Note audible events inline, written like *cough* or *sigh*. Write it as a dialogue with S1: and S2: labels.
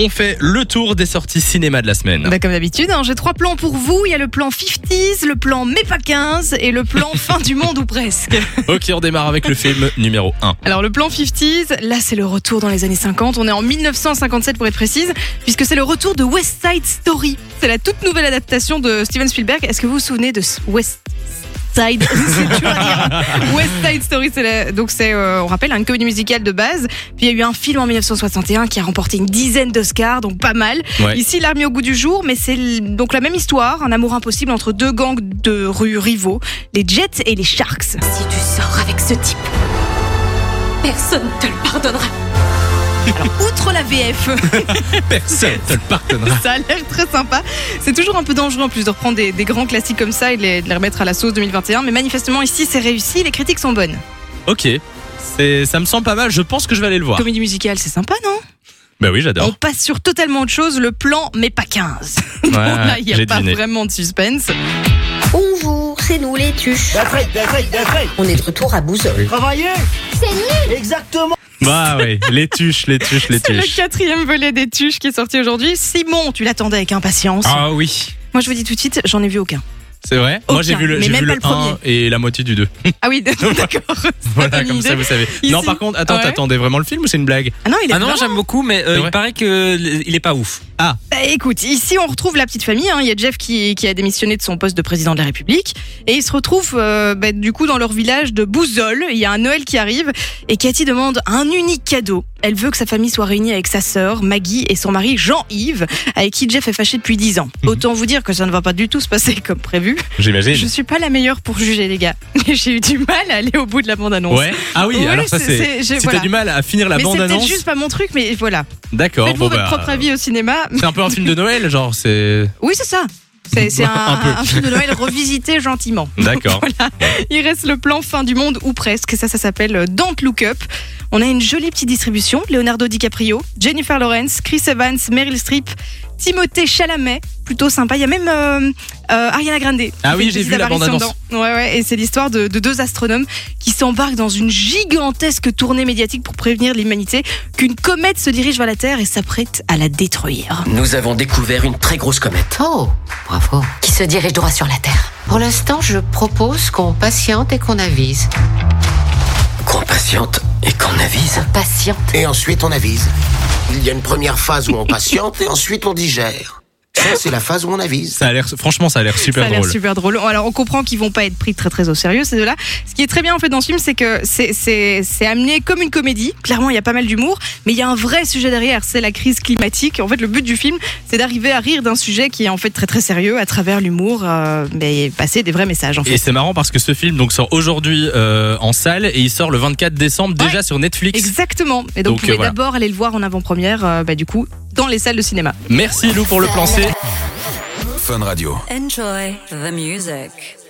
S1: on fait le tour des sorties cinéma de la *laughs* semaine.
S2: Bah, comme d'habitude, hein, j'ai trois plans pour vous. Il y a le plan 50s, le plan mais pas 15 et le plan fin du monde ou presque.
S1: Ok, on démarre avec le film numéro 1.
S2: Alors le plan 50s, là c'est le retour dans les années 50, on est en 1957 pour être précise, puisque c'est le retour de West Side Story. C'est la toute nouvelle adaptation de Steven Spielberg. Est-ce que vous vous souvenez de ce West Side, *laughs* c'est dur à dire. West Side Story, c'est la- donc c'est, euh, on rappelle, une comédie musicale de base. Puis il y a eu un film en 1961 qui a remporté une dizaine d'Oscars, donc pas mal.
S1: Ouais.
S2: Ici, l'armée au goût du jour, mais c'est l- donc la même histoire, un amour impossible entre deux gangs de rues rivaux, les Jets et les Sharks.
S3: Si tu sors avec ce type, personne ne te le pardonnera.
S2: Outre la VF,
S1: Personne ne le pardonnera.
S2: *laughs* ça a l'air très sympa. C'est toujours un peu dangereux en plus de reprendre des, des grands classiques comme ça et de les, de les remettre à la sauce 2021, mais manifestement ici, c'est réussi, les critiques sont bonnes.
S1: Ok, c'est, ça me semble pas mal, je pense que je vais aller le voir.
S2: Comédie musicale, c'est sympa, Ah. non
S1: Bah oui,
S2: On
S1: j'adore.
S2: passe sur totalement autre chose, le plan, mais pas 15. *laughs* Bon,
S1: Ouais,
S2: là, il n'y a
S1: j'ai
S2: pas
S1: deviné.
S2: vraiment de suspense.
S4: Bonjour, c'est nous les tuches.
S5: D'après, d'après, d'après.
S4: On est de retour à Boussole.
S5: Travailler C'est nul Exactement
S1: Bah oui, les tuches, les tuches, les
S2: C'est le
S1: tuches.
S2: quatrième volet des tuches qui est sorti aujourd'hui. Simon, tu l'attendais avec impatience.
S1: Ah oui,
S2: Moi, je vous dis tout de suite, j'en ai vu *laughs* aucun.
S1: c'est vrai. Moi j'ai
S2: Aucun,
S1: vu le,
S2: mais
S1: j'ai
S2: même
S1: vu
S2: pas
S1: le
S2: le premier.
S1: 1 et la moitié du 2.
S2: Ah oui, *laughs* d'accord.
S1: Voilà, comme ça vous savez.
S2: Ici.
S1: Non, par contre, attends,
S2: Ouais.
S1: t'attendais vraiment le film ou c'est une blague
S2: Ah non, il est
S6: Ah non,
S2: vraiment-
S6: j'aime beaucoup, mais euh,
S1: C'est vrai
S6: il paraît que l- il est pas ouf.
S2: Bah, écoute, ici on retrouve la petite famille. hein. Il y a Jeff qui, qui a démissionné de son poste de président de la République et ils se retrouvent euh, bah, du coup dans leur village de Bouzol. Il y a un Noël qui arrive et Cathy demande un unique cadeau. Elle veut que sa famille soit réunie avec sa sœur Maggie et son mari Jean-Yves, avec qui Jeff est fâché depuis 10 ans.
S1: Mhm.
S2: Autant vous dire que ça ne va pas du tout se passer comme prévu. Je
S1: J'imagine.
S2: suis pas la meilleure pour juger les gars, *laughs* mais j'ai eu du mal à aller au bout de la bande-annonce.
S1: Ouais. Ah oui,
S2: Oui,
S1: alors ça
S2: c'est-
S1: c'est.
S2: c'est- j'ai-
S1: Si t'as
S2: voilà.
S1: du mal à finir la
S2: mais c'est
S1: bande
S2: peut-être
S1: annonce,
S2: juste pas mon truc, mais voilà.
S1: d'accord.
S2: Faites-vous
S1: Bon
S2: votre
S1: bah.
S2: propre avis au cinéma.
S1: C'est un peu un film de Noël, genre c'est.
S2: Oui, c'est ça. C'est c'est un,
S1: Un peu.
S2: un film de Noël
S1: *laughs*
S2: revisité gentiment.
S1: D'accord.
S2: Il reste le plan fin du monde ou presque. Ça, ça s'appelle euh, Don't Look Up. On a une jolie petite distribution. Leonardo DiCaprio, Jennifer Lawrence, Chris Evans, Meryl Streep, Timothée Chalamet. Plutôt sympa. Il y a même euh, euh, Ariana Grande. qui
S1: Ah
S2: fait
S1: oui,
S2: une
S1: j'ai
S2: petite
S1: vu la
S2: apparition
S1: bande-annonce.
S2: dedans. Ouais, ouais. Et c'est l'histoire de, de deux astronomes qui s'embarquent dans une gigantesque tournée médiatique pour prévenir l'humanité qu'une comète se dirige vers la Terre et s'apprête à la détruire.
S7: Nous avons découvert une très grosse comète.
S8: Oh, bravo.
S3: Qui se dirige droit sur la Terre.
S8: Pour l'instant, je propose qu'on patiente et qu'on avise.
S7: Qu'on patiente et qu'on avise.
S3: Patiente.
S9: Et ensuite, on avise. Il y a une première phase où on patiente et ensuite on digère. Ça, c'est la phase où on avise.
S1: Ça a l'air, franchement, ça a l'air super
S2: ça a l'air
S1: drôle.
S2: super drôle. Oh, Alors on comprend qu'ils vont pas être pris très très au sérieux ces deux-là. Ce qui est très bien en fait dans ce film, c'est que c'est- c'est c'est amené comme une comédie. Clairement, il y a pas mal d'humour, mais il y a un vrai sujet derrière. C'est la crise climatique. En fait, le but du film, c'est d'arriver à rire d'un sujet qui est en fait très très sérieux à travers l'humour, euh, mais passer des vrais messages en fait.
S1: Et c'est marrant parce que ce film donc sort aujourd'hui euh, en salle et il sort le 24 décembre déjà sur Netflix.
S2: Exactement. Et
S1: Donc,
S2: donc, vous pouvez
S1: euh, voilà.
S2: d'abord aller le voir en avant-première, euh, bah, du coup, dans les salles de cinéma.
S1: Merci Lou pour le plan C.
S10: Enjoy the music.